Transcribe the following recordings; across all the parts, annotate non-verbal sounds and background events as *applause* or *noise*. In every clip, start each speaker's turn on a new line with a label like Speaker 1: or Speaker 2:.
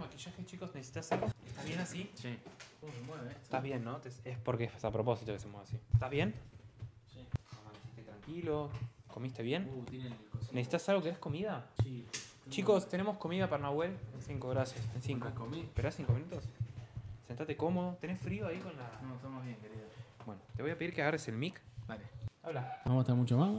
Speaker 1: maquillaje, chicos, necesitas algo. ¿Estás bien así?
Speaker 2: Sí.
Speaker 3: ¿Cómo se mueve esto?
Speaker 1: Estás bien, ¿no? Te- Es porque es a propósito que se mueve así. ¿Estás bien?
Speaker 3: Sí.
Speaker 1: ¿Amaneciste tranquilo? ¿Comiste bien?
Speaker 3: Uh, tiene el cosito.
Speaker 1: ¿Necesitas algo que es comida?
Speaker 3: Sí. tengo
Speaker 1: Chicos,
Speaker 3: hambre.
Speaker 1: tenemos comida para Nahuel en 5, gracias. En 5.
Speaker 3: ¿Acá comí?
Speaker 1: ¿Esperás 5 minutos? Sentate cómodo. ¿Tenés frío ahí con la.?
Speaker 3: No, estamos bien, querido.
Speaker 1: Bueno, te voy a pedir que agarres el mic.
Speaker 3: Vale.
Speaker 1: Habla.
Speaker 4: ¿Vamos a estar mucho más?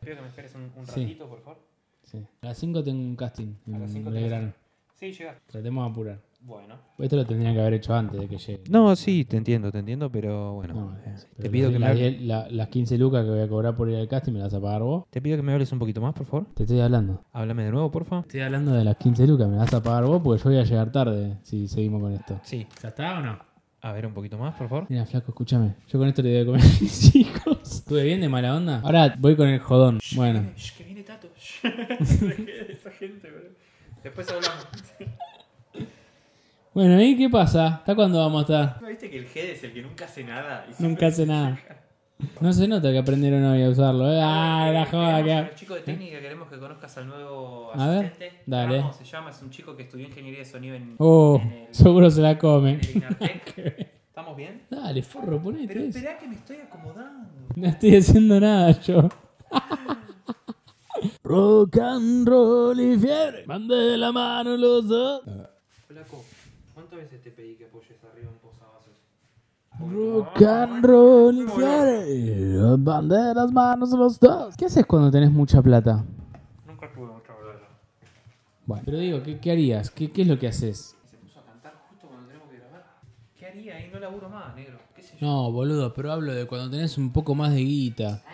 Speaker 1: Pido que me esperes un, un
Speaker 4: Sí.
Speaker 1: ratito, por favor.
Speaker 4: Sí. A las 5 tengo un casting
Speaker 1: A las
Speaker 4: en
Speaker 1: cinco tenés-
Speaker 4: Belgrano.
Speaker 1: Sí, llegas.
Speaker 4: Tratemos de apurar.
Speaker 1: Bueno.
Speaker 4: Esto lo tendrían que haber hecho antes de que llegue.
Speaker 1: No, sí, te entiendo, te entiendo, pero bueno.
Speaker 4: No,
Speaker 1: eh,
Speaker 4: sí,
Speaker 1: te,
Speaker 4: pero
Speaker 1: pido
Speaker 4: las-
Speaker 1: que me
Speaker 4: las,
Speaker 1: hables,
Speaker 4: 10 la- las 15 lucas que voy a cobrar por ir al casting me las vas a pagar vos.
Speaker 1: te pido que me hables un poquito más, por favor.
Speaker 4: Te estoy hablando.
Speaker 1: Háblame de nuevo, porfa.
Speaker 4: Estoy hablando de las 15 lucas, me las vas a pagar vos porque yo voy a llegar tarde si seguimos con esto.
Speaker 1: Sí.
Speaker 4: ¿Ya está o no?
Speaker 1: A ver, un poquito más, por favor.
Speaker 4: Mira, flaco, escúchame. Yo con esto le doy de comer a mis *laughs* hijos. ¿Estuve bien de mala onda? Ahora voy con el jodón. Bueno,
Speaker 1: que viene Tato. *laughs* Esa gente, bro. Después hablamos.
Speaker 4: bueno, ¿y qué pasa? ¿Hasta cuándo vamos a estar?
Speaker 1: ¿No viste que el G es el que nunca hace nada? Y
Speaker 4: Nunca hace nada. No se nota que aprendieron hoy a usarlo, ¿eh? Ah, la joda que...
Speaker 1: Los chicos de técnica queremos que conozcas al nuevo
Speaker 4: A ver,
Speaker 1: asistente.
Speaker 4: dale.
Speaker 1: Ramos se llama, es un chico que estudió ingeniería de sonido en,
Speaker 4: Oh,
Speaker 1: en el,
Speaker 4: seguro se la come.
Speaker 1: en
Speaker 4: *laughs*
Speaker 1: el Inartec. ¿Estamos bien?
Speaker 4: Dale, forro,
Speaker 1: Pero
Speaker 4: ponete. eso.
Speaker 1: esperá que me estoy acomodando.
Speaker 4: No estoy haciendo nada yo. *laughs* Rock and roll y fiebre. Mande la mano los dos.
Speaker 1: Flaco, ¿cuántas veces te pedí que apoyes arriba un posavasos?
Speaker 4: Rock and roll y fiebre. Mande las manos los dos. ¿Qué haces cuando tenés mucha plata?
Speaker 1: Nunca tuve mucha verdad.
Speaker 4: Bueno, pero digo, ¿qué, qué harías? ¿Qué, ¿Qué es lo que haces?
Speaker 1: Se puso a cantar justo cuando tenemos que grabar. ¿Qué haría ahí? No laburo más, negro. ¿Qué sé yo?
Speaker 4: No, boludo, pero hablo de cuando tenés un poco más de guita.
Speaker 1: Ah,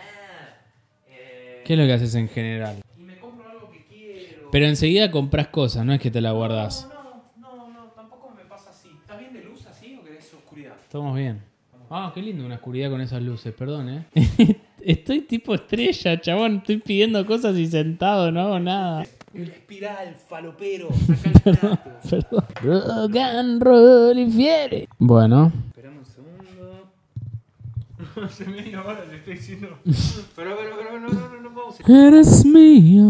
Speaker 1: eh,
Speaker 4: ¿Qué es lo que haces en general?
Speaker 1: y me compro algo que quiero.
Speaker 4: Pero enseguida compras cosas, no es que te la guardás.
Speaker 1: No, no, no, no, tampoco me pasa así. ¿Estás bien de luz así o querés oscuridad?
Speaker 4: Estamos bien. Ah, qué lindo una oscuridad con esas luces, perdón, eh. *laughs* Estoy tipo estrella, chabón. Estoy pidiendo cosas y sentado, no hago nada. *laughs*
Speaker 1: El espiral, falopero, saca el plato.
Speaker 4: Perdón. Rock and roll y fiebre. Bueno,
Speaker 1: Esperame un segundo. *laughs* Hace media hora le estoy diciendo. Pero, pero, pero, no, no, no, no vamos.
Speaker 4: eres mía.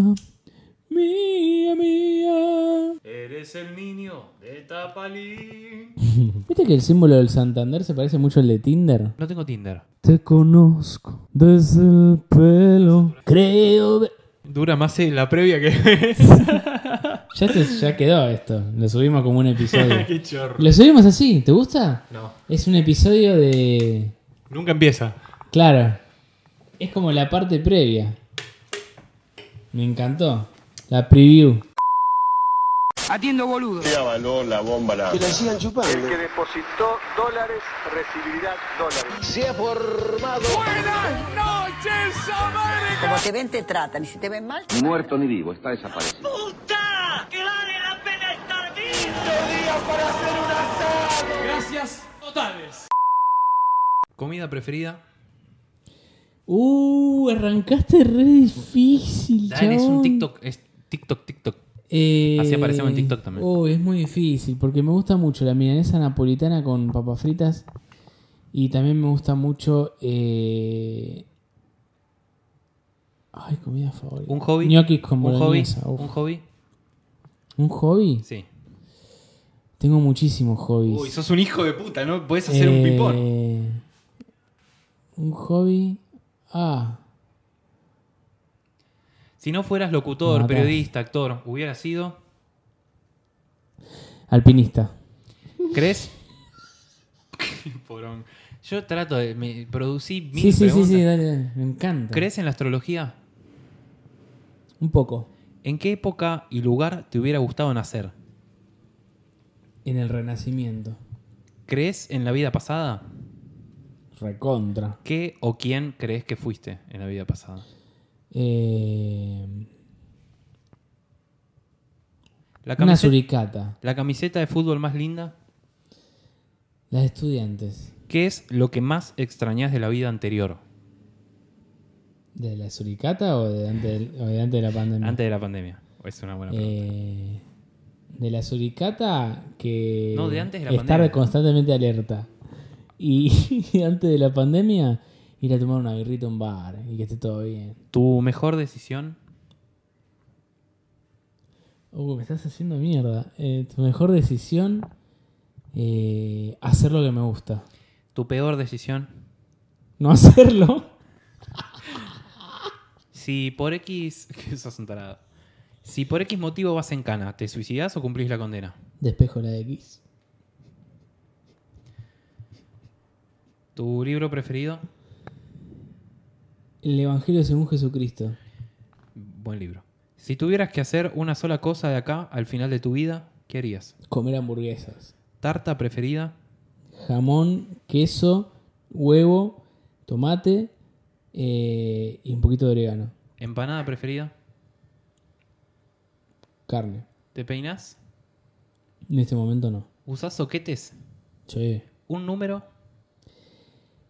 Speaker 4: Mía, mía.
Speaker 1: Eres el niño de Tapalín.
Speaker 4: ¿Viste que el símbolo del Santander se parece mucho al de Tinder?
Speaker 1: No tengo Tinder.
Speaker 4: Te conozco desde el pelo. Creo. ve-
Speaker 1: Dura más eh, la previa que. *laughs*
Speaker 4: Ya, te- ya quedó esto. Lo subimos como un episodio.
Speaker 1: Qué chorro.
Speaker 4: Lo subimos así, ¿te gusta?
Speaker 1: No,
Speaker 4: Es un episodio de.
Speaker 1: nunca empieza.
Speaker 4: Claro. Es como la parte previa. Me encantó. La preview.
Speaker 5: Atiendo boludo.
Speaker 6: avaló la bomba la...
Speaker 7: que depositó dólares recibirá dólares.
Speaker 5: Como te ven, te tratan. Y si te ven mal,
Speaker 8: Ni muerto ni vivo, está desaparecido.
Speaker 1: Comida preferida.
Speaker 4: Uh, arrancaste re difícil.
Speaker 1: Dan es un
Speaker 4: chabón.
Speaker 1: TikTok. Es TikTok, TikTok.
Speaker 4: Eh,
Speaker 1: Así aparecemos en TikTok también.
Speaker 4: Oh, es muy difícil porque me gusta mucho la milanesa napolitana con papas fritas y también me gusta mucho. eh, Ay, comida favorita.
Speaker 1: ¿Un hobby?
Speaker 4: Gnocchi con
Speaker 1: ¿Un hobby?
Speaker 4: boloñesa, uf.
Speaker 1: ¿Un hobby?
Speaker 4: ¿Un hobby?
Speaker 1: Sí.
Speaker 4: Tengo muchísimos hobbies.
Speaker 2: Uy, sos un hijo de puta, ¿no? Podés
Speaker 4: Eh,
Speaker 2: hacer un pipón.
Speaker 4: Un hobby. Ah,
Speaker 1: Si no fueras locutor,
Speaker 4: Matás.
Speaker 1: periodista, actor, hubiera sido.
Speaker 4: alpinista.
Speaker 1: ¿Crees?
Speaker 2: *laughs*
Speaker 1: Porón. Yo trato de. Me producí mil
Speaker 4: Sí, sí, sí,
Speaker 1: preguntas.
Speaker 4: sí, dale, dale, me encanta.
Speaker 1: ¿Crees en la astrología?
Speaker 4: Un poco.
Speaker 1: ¿En qué época y lugar te hubiera gustado nacer?
Speaker 4: En el renacimiento.
Speaker 1: ¿Crees en la vida pasada?
Speaker 4: Recontra.
Speaker 1: ¿Qué o quién crees que fuiste en la vida pasada?
Speaker 4: Eh,
Speaker 1: La
Speaker 4: Una
Speaker 1: camiseta,
Speaker 4: suricata.
Speaker 1: la camiseta de fútbol más linda.
Speaker 4: Las estudiantes
Speaker 1: ¿Qué es lo que más extrañas de la vida anterior?
Speaker 4: de la suricata o de antes, del- o de, antes de la pandemia?
Speaker 1: Antes de la pandemia. Es una buena pregunta.
Speaker 4: Eh, de la suricata que
Speaker 1: No, de antes de la
Speaker 4: estar
Speaker 1: pandemia.
Speaker 4: constantemente alerta. Y *laughs* antes de la pandemia ir a tomar una birrita a un bar y que esté todo bien.
Speaker 1: ¿Tu mejor decisión?
Speaker 4: Hugo, me estás haciendo mierda. Eh, tu mejor decisión, eh, hacer lo que me gusta.
Speaker 1: Tu peor decisión.
Speaker 4: No *laughs* hacerlo.
Speaker 1: Si por X. *laughs* que sos un tarado. Si por X motivo vas en cana, ¿te suicidas o cumplís la condena?
Speaker 4: Despejo la X.
Speaker 1: ¿Tu libro preferido?
Speaker 4: El Evangelio según Jesucristo.
Speaker 1: Buen libro. Si tuvieras que hacer una sola cosa de acá al final de tu vida, ¿qué harías?
Speaker 4: Comer hamburguesas.
Speaker 1: ¿Tarta preferida?
Speaker 4: Jamón, queso, huevo, tomate eh, y un poquito de orégano.
Speaker 1: ¿Empanada preferida?
Speaker 4: Carne.
Speaker 1: ¿Te peinas?
Speaker 4: En este momento no.
Speaker 1: ¿Usás soquetes?
Speaker 4: Che,
Speaker 1: ¿Un número?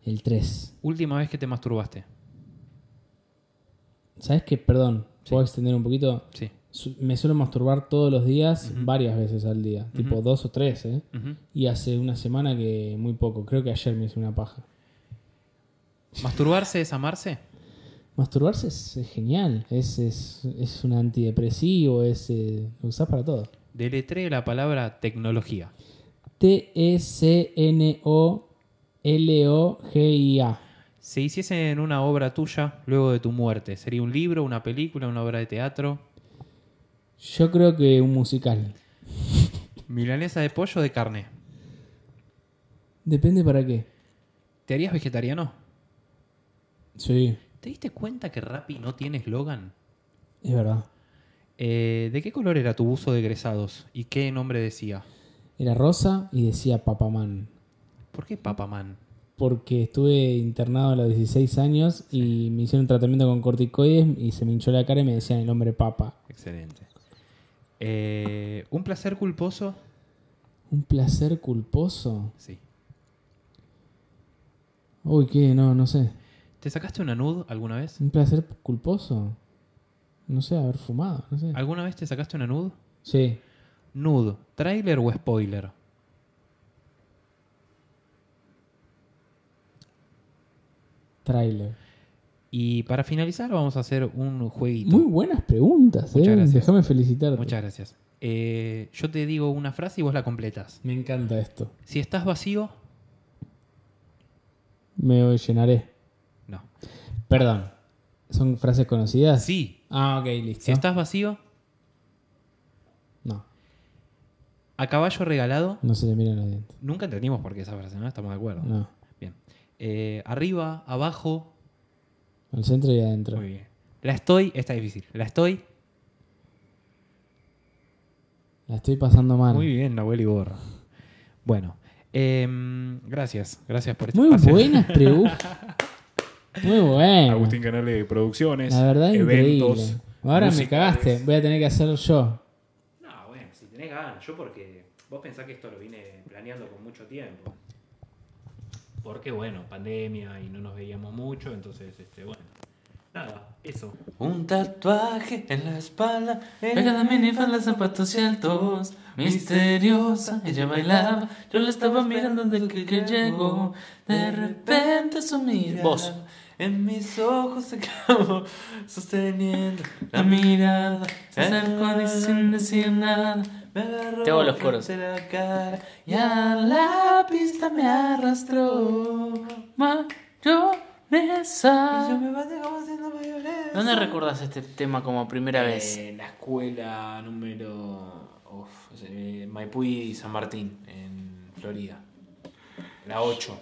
Speaker 4: el 3.
Speaker 1: ¿Última vez que te masturbaste?
Speaker 4: ¿Sabes qué? Perdón, ¿puedo extender un poquito?
Speaker 1: Sí.
Speaker 4: Su- Me suelo masturbar todos los días, varias veces al día, tipo dos o tres, ¿eh?
Speaker 1: Ujú.
Speaker 4: Y hace una semana que muy poco, creo que ayer me hice una paja.
Speaker 1: ¿Masturbarse es amarse?
Speaker 4: Masturbarse es, es genial, es, es, es un antidepresivo, es, eh, lo usás para todo.
Speaker 1: Deletree la palabra tecnología.
Speaker 4: T-E-C-N-O-L-O-G-I-A.
Speaker 1: Si hiciesen una obra tuya luego de tu muerte, ¿sería un libro, una película, una obra de teatro?
Speaker 4: Yo creo que un musical.
Speaker 1: ¿Milanesa de pollo o de carne?
Speaker 4: Depende para qué.
Speaker 1: ¿Te harías vegetariano?
Speaker 4: Sí,
Speaker 1: ¿Te diste cuenta que Rappi no tiene eslogan?
Speaker 4: es verdad.
Speaker 1: Eh, ¿De qué color era tu buzo de egresados? ¿Y qué nombre decía?
Speaker 4: Era rosa y decía Papamán.
Speaker 1: ¿Por qué Papaman?
Speaker 4: porque estuve internado a los 16 años y me hicieron tratamiento con corticoides y se me hinchó la cara y me decían el hombre papa.
Speaker 1: Excelente. Eh, ¿Un placer culposo?
Speaker 4: ¿Un placer culposo?
Speaker 1: Sí.
Speaker 4: Uy, ¿qué? No, no sé.
Speaker 1: ¿Te sacaste una nud alguna vez?
Speaker 4: ¿Un placer culposo? No sé, haber fumado, no sé.
Speaker 1: ¿Alguna vez te sacaste una nud?
Speaker 4: Sí,
Speaker 1: Nud, trailer o spoiler.
Speaker 4: trailer.
Speaker 1: Y para finalizar vamos a hacer un jueguito.
Speaker 4: Muy buenas preguntas,
Speaker 1: Muchas
Speaker 4: ¿eh?
Speaker 1: gracias.
Speaker 4: Déjame felicitarte.
Speaker 1: Muchas gracias. Eh, yo te digo una frase y vos la completas.
Speaker 4: Me encanta esto.
Speaker 1: Si estás vacío,
Speaker 4: Me llenaré.
Speaker 1: no.
Speaker 4: Perdón. ¿Son frases conocidas?
Speaker 1: Sí.
Speaker 4: Ah, ok, listo.
Speaker 1: Si estás vacío,
Speaker 4: No,
Speaker 1: a caballo regalado.
Speaker 4: no se le miran los dientes.
Speaker 1: Nunca entendimos por qué esa frase, ¿no? Estamos de acuerdo.
Speaker 4: No.
Speaker 1: Bien. Eh, arriba, abajo.
Speaker 4: Al centro y adentro.
Speaker 1: Muy bien. La estoy, está difícil. La estoy.
Speaker 4: La estoy pasando mal.
Speaker 1: Muy bien, Nahuel y Borra. Bueno. em, gracias. Gracias por este
Speaker 4: Muy
Speaker 1: espacio.
Speaker 4: buenas preguntas. Muy buenas.
Speaker 5: Agustín Canales de Producciones.
Speaker 4: La verdad,
Speaker 5: eventos,
Speaker 4: increíble. Ahora me
Speaker 5: musicales.
Speaker 4: cagaste. Voy a tener que hacer yo.
Speaker 1: No, bueno, si tenés ganas, yo porque vos pensás que esto lo vine planeando con mucho tiempo. Porque bueno, pandemia y no nos veíamos mucho, entonces este, bueno. Nada, eso.
Speaker 9: Un tatuaje en la espalda.
Speaker 10: Pegada minifalda, zapatos y altos, misteriosa, ella bailaba, yo la estaba mirando desde que, que llegó, de repente su mirada,
Speaker 9: Vos.
Speaker 10: en mis ojos se acabó, sosteniendo la mirada, se acercó y sin decir nada,
Speaker 9: Me agarró
Speaker 10: Te hago los coros.
Speaker 9: frente a la cara.
Speaker 10: y a la pista me arrastró,
Speaker 9: Yo
Speaker 10: mayonesa.
Speaker 9: me maté como haciendo mayonesa.
Speaker 10: ¿Dónde recordás este tema como primera vez?
Speaker 9: En la escuela número. Uf, eh, Maipú y San Martín, en Florida. La 8.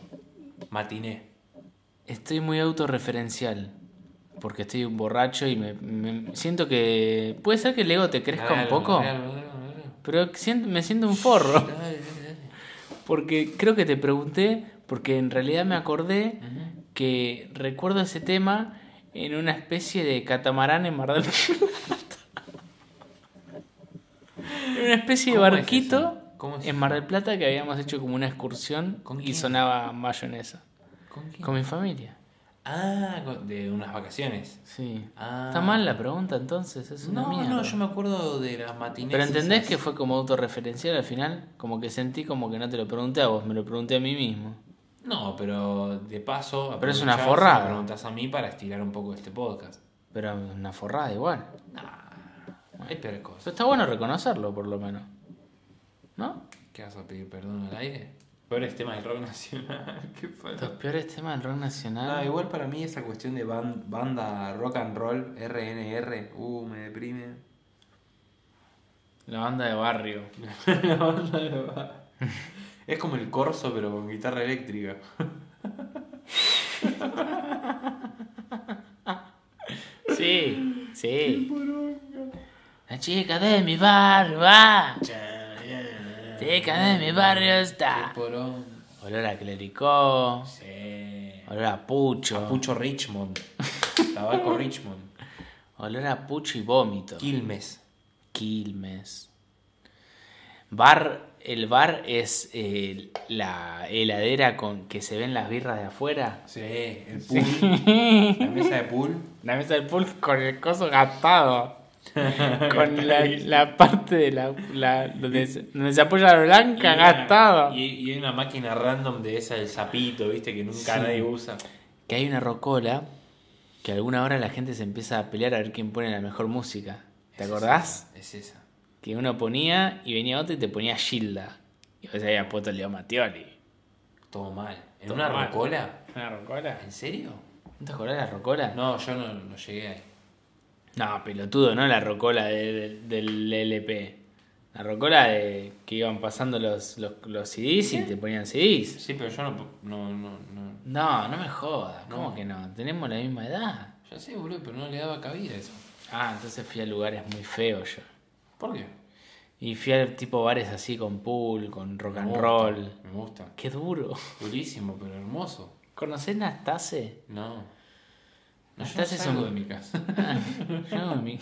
Speaker 9: Matiné.
Speaker 10: Estoy muy autorreferencial. Porque estoy borracho y me, me- siento que. Puede ser que el ego te crezca un
Speaker 9: Dale,
Speaker 10: poco.
Speaker 9: dale, dale, dale.
Speaker 10: Pero siento- me siento
Speaker 9: *laughs*
Speaker 10: un forro. Porque creo que te pregunté, porque en realidad me acordé que recuerdo ese tema en una especie de catamarán en Mar del Plata.
Speaker 9: *laughs*
Speaker 10: En una especie de
Speaker 9: ¿Cómo es
Speaker 10: barquito
Speaker 9: eso? ¿Cómo es
Speaker 10: en Mar del Plata que habíamos hecho como una excursión
Speaker 9: ¿Con
Speaker 10: y
Speaker 9: quién?
Speaker 10: sonaba mayonesa.
Speaker 9: ¿Con quién?
Speaker 10: Con mi familia.
Speaker 9: Ah, con- de unas vacaciones.
Speaker 10: Sí.
Speaker 9: Ah.
Speaker 10: Está mal la pregunta entonces, es una
Speaker 9: No,
Speaker 10: mierda.
Speaker 9: no, yo me acuerdo de las matinés.
Speaker 10: Pero entendés
Speaker 9: esas.
Speaker 10: que fue como autorreferencial al final, como que sentí como que no te lo pregunté a vos, me lo pregunté a mí mismo.
Speaker 9: No, pero de paso.
Speaker 10: Pero es una
Speaker 9: aprovechás y
Speaker 10: forrada.
Speaker 9: Me preguntas a mí para estirar un poco este podcast.
Speaker 10: Pero una forrada igual.
Speaker 3: Hay peores cosas.
Speaker 10: Pero está bueno reconocerlo, por lo menos. ¿No?
Speaker 3: ¿Qué vas a pedir perdón al aire? Peores temas del
Speaker 10: *laughs*
Speaker 3: rock nacional. Qué falta.
Speaker 10: Los peores temas del rock
Speaker 3: Ah,
Speaker 10: nacional.
Speaker 3: igual para mí esa cuestión de ban- banda rock and roll, RNR, uh, me deprime.
Speaker 10: La banda de barrio.
Speaker 3: *laughs* La banda de ba- es como el corso, pero con guitarra eléctrica.
Speaker 10: Sí, sí. La chica de mi barrio va. Chica de mi barrio está.
Speaker 3: Porón.
Speaker 10: Olor a clericó.
Speaker 3: Sí.
Speaker 10: Olor a pucho.
Speaker 3: Pucho Richmond.
Speaker 10: *laughs*
Speaker 3: Tabaco Richmond.
Speaker 10: Olor a pucho y vómito.
Speaker 3: Quilmes.
Speaker 10: Quilmes. Bar, el bar es eh, la heladera con que se ven las birras de afuera.
Speaker 3: Sí, el pool.
Speaker 10: *laughs*
Speaker 3: La mesa de pool.
Speaker 10: La mesa del pool con el coso gastado.
Speaker 3: *laughs*
Speaker 10: Con la, la parte de la, la- donde, se, donde se apoya la blanca,
Speaker 3: Y una-
Speaker 10: gastado.
Speaker 3: Y, y hay una máquina random de esa del sapito, viste, que nunca nadie usa.
Speaker 10: Que hay una rocola que alguna hora la gente se empieza a pelear a ver quién pone la mejor música. ¿Te
Speaker 3: Es
Speaker 10: acordás?
Speaker 3: esa, Es esa.
Speaker 10: Que uno ponía y venía otro y te ponía Gilda. Y vos había puesto Leo Mattioli.
Speaker 3: Todo mal. ¿En
Speaker 10: Todo
Speaker 3: una
Speaker 10: mal.
Speaker 3: rocola?
Speaker 10: ¿Una rocola?
Speaker 3: ¿En serio?
Speaker 10: ¿No te acordás de la rocola?
Speaker 3: No, yo no, no llegué ahí.
Speaker 10: No, pelotudo, no la rocola de- de- del LP. La rocola de que iban pasando los, los, los CDs y te ponían CDs.
Speaker 3: Sí, pero yo no. no, no, no.
Speaker 10: No, no me jodas. ¿Cómo
Speaker 3: No.
Speaker 10: que no? Tenemos la misma edad.
Speaker 3: Ya sé, boludo, pero no le daba cabida a eso.
Speaker 10: Ah, entonces fui a lugares muy feos yo.
Speaker 3: ¿Por qué?
Speaker 10: Y fui al tipo bares así con pool, con rock
Speaker 3: Me
Speaker 10: and
Speaker 3: gusta,
Speaker 10: roll.
Speaker 3: Me gusta.
Speaker 10: Qué duro.
Speaker 3: Durísimo, pero hermoso.
Speaker 10: ¿Conocés Nastase?
Speaker 3: No. No, yo no
Speaker 10: Nastase es
Speaker 3: salgo de
Speaker 10: un...
Speaker 3: mi casa.
Speaker 10: *laughs* Ah, yo no mi...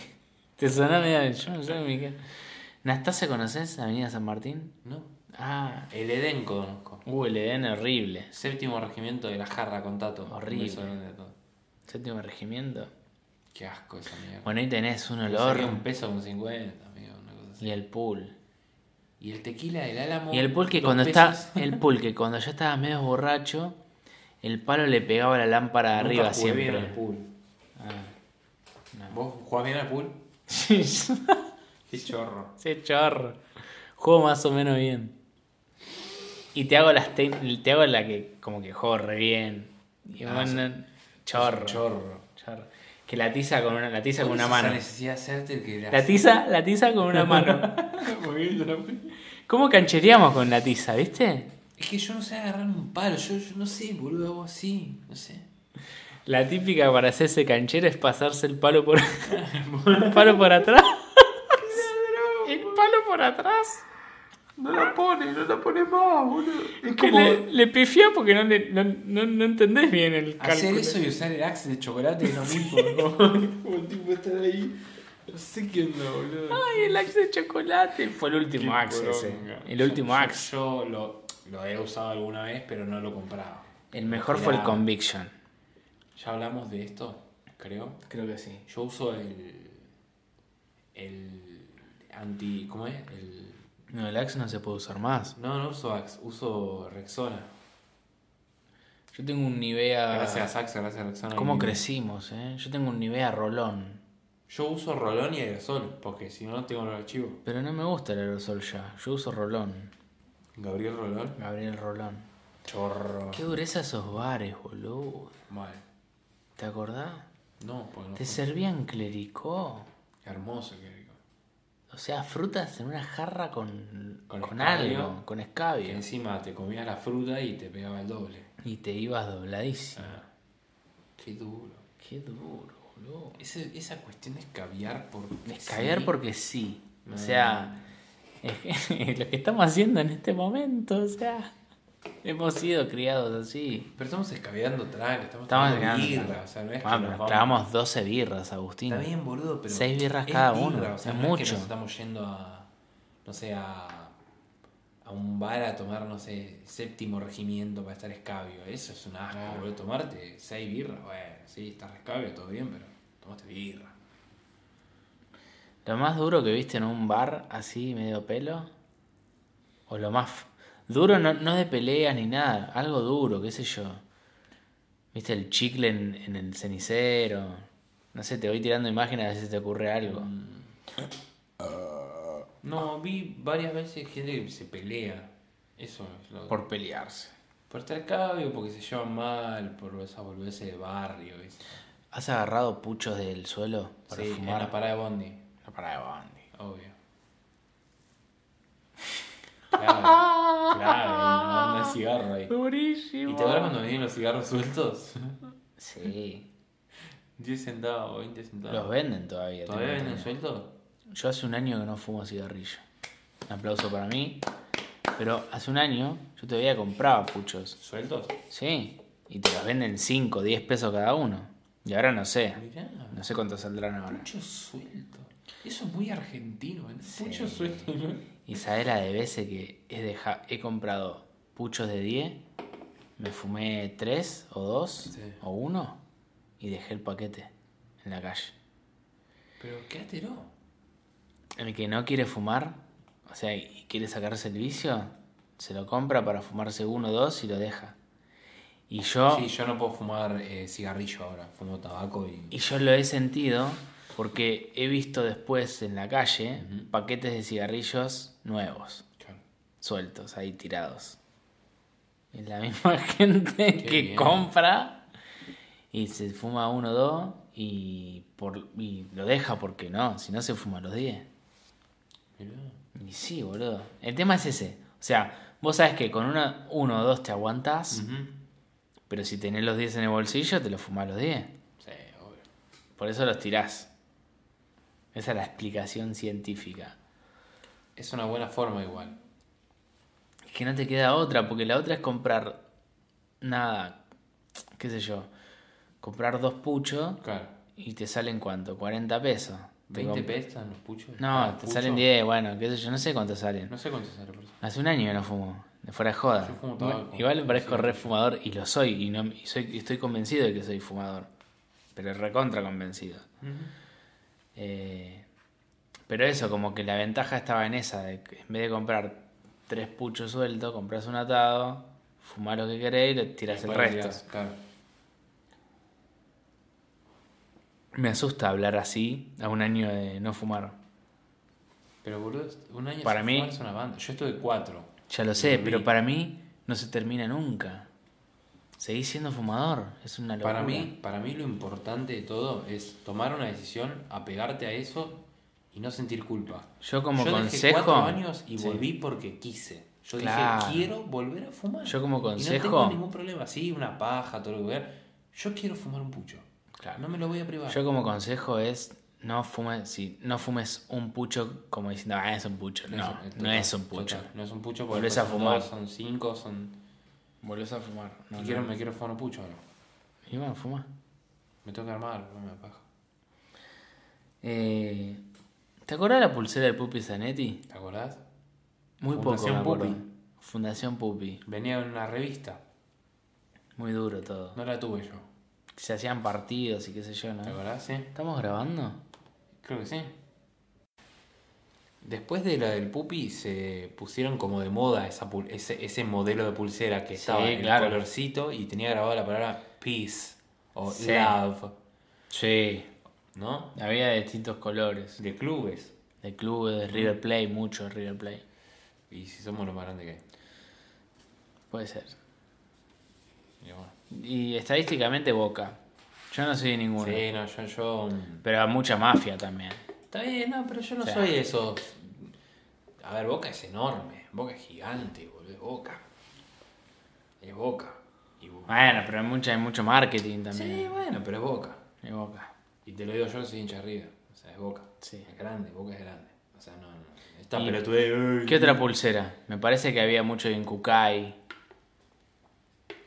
Speaker 10: Te sonó medio... de- Yo no sé mi... qué. ¿Nastase conoces? Avenida San Martín.
Speaker 3: No.
Speaker 10: Ah,
Speaker 3: El Edén conozco.
Speaker 10: uh, el Edén horrible.
Speaker 3: Séptimo regimiento de la jarra con Tato.
Speaker 10: Horrible.
Speaker 3: Un beso grande a todos.
Speaker 10: Séptimo regimiento.
Speaker 3: Qué asco esa mierda.
Speaker 10: Bueno, ahí tenés un
Speaker 3: Me
Speaker 10: olor.
Speaker 3: salía un peso con 50, amigo, una cosa así.
Speaker 10: Y el pool.
Speaker 3: Y el tequila del álamo.
Speaker 10: Y el pool que
Speaker 3: dos
Speaker 10: cuando
Speaker 3: pesos.
Speaker 10: está. El pool que cuando yo estaba medio borracho, el palo le pegaba la lámpara de
Speaker 3: Nunca
Speaker 10: arriba
Speaker 3: jugué bien
Speaker 10: siempre.
Speaker 3: al pool. Ah. ¿Vos jugás bien al pool? *laughs* Qué chorro.
Speaker 10: Ese chorro. Juego más o menos bien. Y te hago las tec- te hago la que como que juego re bien. Y
Speaker 3: Ah,
Speaker 10: bueno, chorro,
Speaker 3: Chorro.
Speaker 10: chorro. Que la tiza con una, la tiza con una
Speaker 3: ¿Cuál es
Speaker 10: mano.
Speaker 3: Esa necesidad de hacerte el que
Speaker 10: La tiza, la tiza con una
Speaker 3: *laughs*
Speaker 10: mano.
Speaker 3: la-
Speaker 10: ¿Cómo cancheríamos con la tiza, viste?
Speaker 3: Es que yo no sé agarrar un palo. Yo, yo no sé, boludo, hago así. No sé.
Speaker 10: La típica para hacerse canchero es pasarse el palo
Speaker 3: *laughs*
Speaker 10: por el palo por atrás. El palo por atrás.
Speaker 3: No la pone, no la pone más, boludo. Es
Speaker 10: Que le, le pifiá porque no, le- no, no- no entendés bien el
Speaker 3: Hacer
Speaker 10: cálculo.
Speaker 3: eso y usar el axe de chocolate es lo *laughs* mismo, ¿no? Como el tipo estar ahí. No sé qué onda, boludo.
Speaker 10: Ay, el axe de chocolate. Fue el último axe ese.
Speaker 3: poronga.
Speaker 10: El último axe.
Speaker 3: Yo lo, lo he usado alguna vez, pero no lo compraba.
Speaker 10: El mejor fue el
Speaker 3: Mirá.
Speaker 10: conviction.
Speaker 3: Ya hablamos de esto, creo.
Speaker 10: Creo que sí.
Speaker 3: Yo uso el. El. Anti. ¿Cómo es? El.
Speaker 10: No, el axe no se puede usar más.
Speaker 3: No, no uso Axe, uso Rexona.
Speaker 10: Yo tengo un Nivea.
Speaker 3: Gracias Axe, gracias Rexona.
Speaker 10: ¿Cómo
Speaker 3: Y-
Speaker 10: crecimos, eh? Yo tengo un Nivea rolón.
Speaker 3: Yo uso Rolón y Aerosol, porque si no, no tengo los archivos.
Speaker 10: Pero no me gusta el aerosol ya. Yo uso rolón.
Speaker 3: Gabriel Rolón.
Speaker 10: Gabriel Rolón.
Speaker 3: Chorro.
Speaker 10: Qué dureza esos bares, boludo.
Speaker 3: Mal.
Speaker 10: ¿Te acordás?
Speaker 3: No, porque no.
Speaker 10: Te servían clericó.
Speaker 3: Hermoso, qué rico.
Speaker 10: O sea, frutas en una jarra con,
Speaker 3: Con
Speaker 10: con
Speaker 3: escabio.
Speaker 10: algo, con
Speaker 3: Que
Speaker 10: escabio.
Speaker 3: encima te comías la fruta y te pegaba el doble.
Speaker 10: Y te ibas dobladísimo.
Speaker 3: Qué duro.
Speaker 10: Qué duro, boludo.
Speaker 3: Ese- esa cuestión de escabiar por.
Speaker 10: Escabiar
Speaker 3: Ah, sí. Ah.
Speaker 10: porque sí. O sea, es que- *laughs* lo que estamos haciendo en este momento, o sea, hemos sido criados así.
Speaker 3: Pero estamos escabeando tranca, estamos,
Speaker 10: Estamos
Speaker 3: tomando
Speaker 10: llegando.
Speaker 3: birra, o sea, no es que
Speaker 10: Ah,
Speaker 3: nos
Speaker 10: pero
Speaker 3: vamos-
Speaker 10: tragamos 12 birras, Agustín.
Speaker 3: Está bien, boludo, pero.
Speaker 10: Seis birras
Speaker 3: es
Speaker 10: cada
Speaker 3: birra,
Speaker 10: uno,
Speaker 3: O sea,
Speaker 10: es
Speaker 3: no que
Speaker 10: mucho.
Speaker 3: nos estamos yendo a. No sé, a. A un bar a tomar, no sé, séptimo regimiento para estar escabio. Eso es un asco, boludo. Tomarte seis birras, bueno, sí, estás escabio, todo bien, pero. Tomaste birra.
Speaker 10: ¿Lo más duro que viste en un bar así, medio pelo? ¿O lo más f- duro no, no de peleas ni nada? Algo duro, qué sé yo. ¿Viste el chicle en, en el cenicero? No sé, te voy tirando imágenes a ver si te ocurre algo.
Speaker 3: No, vi varias veces gente que se pelea. Eso es lo
Speaker 10: Por pelearse.
Speaker 3: Por estar cabio, porque se llevan mal, por esa boludez de barrio. ¿viste?
Speaker 10: ¿Has agarrado puchos del suelo para
Speaker 3: Sí, en
Speaker 10: fumar?
Speaker 3: la parada de Bondi,
Speaker 10: La parada de Bondi.
Speaker 3: obvio. Claro, claro, y una banda de cigarro ahí.
Speaker 10: Durísimo.
Speaker 3: ¿Y te acuerdas cuando venían los cigarros sueltos? *laughs*
Speaker 10: Sí.
Speaker 3: 10 centavos, 20 centavos.
Speaker 10: Los venden todavía.
Speaker 3: ¿Todavía
Speaker 10: tengo
Speaker 3: venden
Speaker 10: entendido.
Speaker 3: sueltos?
Speaker 10: Yo hace un año que no fumo cigarrillo. Un aplauso para mí. Pero hace un año yo todavía compraba puchos.
Speaker 3: ¿Sueltos?
Speaker 10: Sí. Y te los venden 5, 10 pesos cada uno. Y ahora no sé.
Speaker 3: Mirá,
Speaker 10: No sé cuánto saldrán ahora.
Speaker 3: mucho suelto. Eso es muy argentino, ¿eh? Mucho suelto, ¿no?
Speaker 10: Y sabés la de veces que he, deja- he comprado puchos de 10, me fumé 3 o 2 o 1 y dejé el paquete en la calle.
Speaker 3: Pero quédatelo.
Speaker 10: El que no quiere fumar, o sea, y quiere sacarse el vicio, se lo compra para fumarse uno o dos y lo deja. Y yo,
Speaker 3: Sí, yo no puedo fumar eh, cigarrillo ahora. Fumo tabaco y...
Speaker 10: y yo lo he sentido porque he visto después en la calle paquetes de cigarrillos nuevos, sueltos, ahí tirados. Es la misma *laughs* gente que
Speaker 3: bien.
Speaker 10: compra y se fuma uno o dos y, por, y lo deja porque no, si no se fuma los 10.
Speaker 3: Mirá.
Speaker 10: Y sí, boludo. El tema es ese. O sea, vos sabés que con una, uno o dos te aguantás, pero si tenés los 10 en el bolsillo, te los fumás los 10.
Speaker 3: Sí, obvio.
Speaker 10: Por eso los tirás. Esa es la explicación científica.
Speaker 3: Es una buena forma igual.
Speaker 10: Es que no te queda otra, porque la otra es comprar nada, qué sé yo, comprar dos puchos
Speaker 3: Claro.
Speaker 10: y te salen cuánto, 40 pesos. Te
Speaker 3: ¿20
Speaker 10: comp-
Speaker 3: pesos los puchos?
Speaker 10: No,
Speaker 3: Ah,
Speaker 10: te
Speaker 3: pucho.
Speaker 10: salen 10, bueno, qué sé yo, no sé cuánto salen.
Speaker 3: No sé cuánto sale por eso.
Speaker 10: Hace un año que no fumo, de fuera de joda.
Speaker 3: Yo fumo
Speaker 10: Igual-
Speaker 3: tabaco.
Speaker 10: Igual parezco
Speaker 3: Sí.
Speaker 10: re fumador y lo soy, y, no, y soy, y estoy convencido de que soy fumador. Pero recontra convencido. Eh, pero eso, como que la ventaja estaba en esa, de que en vez de comprar tres puchos sueltos, compras un atado, fumás lo que querés y le tirás el
Speaker 3: Igual
Speaker 10: resto.
Speaker 3: tirás, Claro.
Speaker 10: Me asusta hablar así a un año de no fumar.
Speaker 3: Pero boludo, un año
Speaker 10: Para
Speaker 3: sin
Speaker 10: mí-
Speaker 3: fumar es una banda. Yo estuve cuatro.
Speaker 10: Ya lo sé,
Speaker 3: Lo vi.
Speaker 10: pero para mí no se termina nunca. Seguís siendo fumador, es una locura.
Speaker 3: Para mí, para mí lo importante de todo es tomar una decisión, apegarte a eso y no sentir culpa.
Speaker 10: Yo como
Speaker 3: dejé
Speaker 10: consejo-
Speaker 3: cuatro años y
Speaker 10: Sí.
Speaker 3: volví porque quise. Yo
Speaker 10: Claro.
Speaker 3: dije, quiero volver a fumar.
Speaker 10: Yo como
Speaker 3: Y no
Speaker 10: consejo-
Speaker 3: tengo ningún problema. Sí, una paja, todo lo que vea. Yo quiero fumar un pucho. No me lo voy a privar.
Speaker 10: Yo como consejo es no fumes, si no fumes un pucho como diciendo, ah, es un pucho. No, no,
Speaker 3: total,
Speaker 10: es un pucho.
Speaker 3: total, no es un pucho.
Speaker 10: Volvés
Speaker 3: porque
Speaker 10: a fumar.
Speaker 3: Son dos, son cinco, son...
Speaker 10: Volvés a fumar. No,
Speaker 3: y
Speaker 10: no.
Speaker 3: quiero, me quiero fumar un pucho ahora.
Speaker 10: Y bueno, fuma.
Speaker 3: Me tengo que armar, no me da paja.
Speaker 10: Eh, ¿Te acordás la pulsera del Pupi Zanetti?
Speaker 3: ¿Te acordás?
Speaker 10: Muy
Speaker 3: Fundación
Speaker 10: poco. me
Speaker 3: Pupi.
Speaker 10: acuerdo. Fundación Pupi.
Speaker 3: Venía en una revista.
Speaker 10: Muy duro todo.
Speaker 3: No la tuve yo.
Speaker 10: Se hacían partidos y qué sé yo, ¿no?
Speaker 3: ¿Te acordás? Sí.
Speaker 10: ¿Estamos grabando?
Speaker 3: Creo que sí. Después de la del pupi se pusieron como de moda esa pul- ese, ese modelo de pulsera que estaba en
Speaker 10: claro.
Speaker 3: el colorcito y tenía grabada la palabra peace o
Speaker 10: Sí.
Speaker 3: love,
Speaker 10: Sí.
Speaker 3: ¿no?
Speaker 10: Había de distintos colores.
Speaker 3: De clubes.
Speaker 10: De clubes, de River Play, muchos River Play.
Speaker 3: Y si somos los más grandes que hay.
Speaker 10: Puede ser.
Speaker 3: Y bueno.
Speaker 10: Y estadísticamente Boca. Yo no soy de ninguno.
Speaker 3: Sí, no, yo, yo. mm,
Speaker 10: Pero a mucha mafia también.
Speaker 3: Está bien, no, pero yo no
Speaker 10: Sí.
Speaker 3: soy de esos. A ver, Boca es enorme. Boca es gigante, boludo. Boca. Es Boca. Y Boca.
Speaker 10: Bueno, pero hay, mucha, hay mucho marketing
Speaker 3: Sí,
Speaker 10: también.
Speaker 3: bueno, pero es Boca.
Speaker 10: De Boca.
Speaker 3: Y te lo digo yo, soy hincha arriba. O sea, es Boca.
Speaker 10: Sí.
Speaker 3: Es grande, Boca es grande. O sea, no, no. Está pelotude.
Speaker 10: ¿Qué otra pulsera? Me parece que había mucho en Cucay.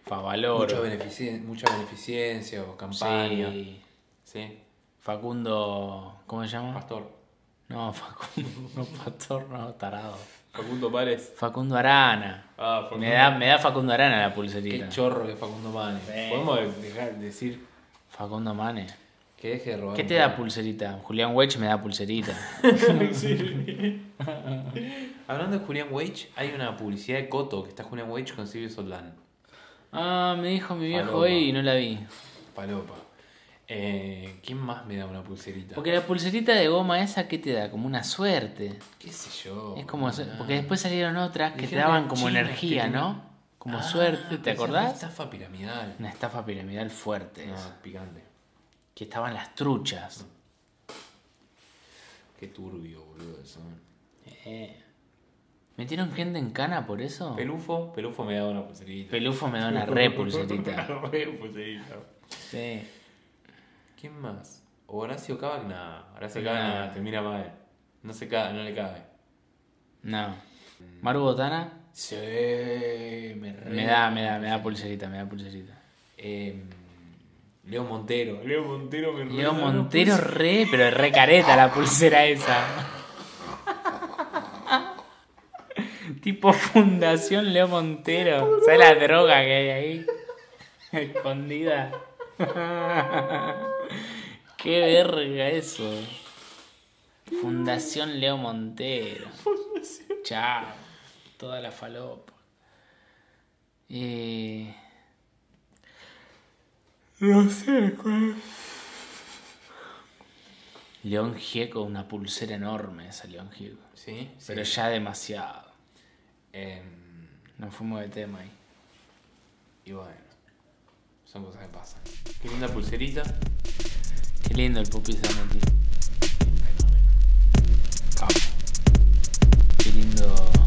Speaker 3: Mucha,
Speaker 10: Favaloro.
Speaker 3: benefici- mucha beneficencia o campaña. Sí.
Speaker 10: Sí. Facundo. ¿Cómo se llama?
Speaker 3: Pastor.
Speaker 10: No, *laughs* Facundo. No, Pastor, no, tarado.
Speaker 3: Facundo Párez.
Speaker 10: Facundo Arana.
Speaker 3: Ah, Facundo.
Speaker 10: Me da, me da Facundo Arana la pulserita.
Speaker 3: Qué chorro que es Facundo Párez. Podemos dejar de decir
Speaker 10: Facundo Mane.
Speaker 3: que deje de robar.
Speaker 10: ¿Qué
Speaker 3: un
Speaker 10: te
Speaker 3: poco?
Speaker 10: da pulserita? Julián Wedge me da pulserita.
Speaker 3: Hablando de Julián Weich, hay una publicidad de Coto que está Julián Weich con Silvio Soldán.
Speaker 10: *laughs* Ah, me dijo mi viejo
Speaker 3: Paloma.
Speaker 10: hoy y no la vi.
Speaker 3: Palopa. Eh, ¿Quién más me da una pulserita?
Speaker 10: Porque la pulserita de goma esa, ¿qué te da? Como una suerte.
Speaker 3: ¿Qué sé yo?
Speaker 10: Es como. su-
Speaker 3: Ah.
Speaker 10: Porque después salieron otras que te
Speaker 3: Dijeron
Speaker 10: daban
Speaker 3: las
Speaker 10: como
Speaker 3: chinas
Speaker 10: energía,
Speaker 3: que te-
Speaker 10: ¿no? Como
Speaker 3: Ah,
Speaker 10: suerte, ¿te
Speaker 3: esa es una
Speaker 10: acordás? Ah.
Speaker 3: Estafa piramidal.
Speaker 10: Una estafa piramidal fuerte. esa.
Speaker 3: No, picante.
Speaker 10: Que estaban las truchas.
Speaker 3: Qué turbio, boludo, eso.
Speaker 10: Eh. ¿Metieron gente en cana por eso?
Speaker 3: Pelufo, Pelufo me da una pulserita.
Speaker 10: Pelufo me da una re *laughs* pulserita.
Speaker 3: *laughs* Una re pulserita.
Speaker 10: Sí.
Speaker 3: ¿Quién más? Horacio Cavagna. Horacio
Speaker 10: Nah.
Speaker 3: Cavagna termina mal. No se cabe, no le cabe.
Speaker 10: No. Maru Botana,
Speaker 3: Sí, me re.
Speaker 10: me da, me da, me da pulserita, me da pulserita.
Speaker 3: Eh, Leo Montero. Leo Montero me re
Speaker 10: Leo
Speaker 3: da una
Speaker 10: Montero re, pero es re careta la pulsera esa. *laughs* tipo Fundación Leo Montero. ¿Sabes la droga que hay ahí? *laughs* Escondida. Qué verga eso. Fundación Leo Montero. Chao. Toda la falopa. Eh... No sé cuál. León Gieco, una pulsera enorme esa León Gieco.
Speaker 3: Sí, sí.
Speaker 10: Pero ya demasiado.
Speaker 3: Em,
Speaker 10: Nos fuimos de tema ahí.
Speaker 3: y bueno. Son cosas que pasan. Qué linda pulserita.
Speaker 10: Qué lindo el pupi Zanetti. Capo. Qué lindo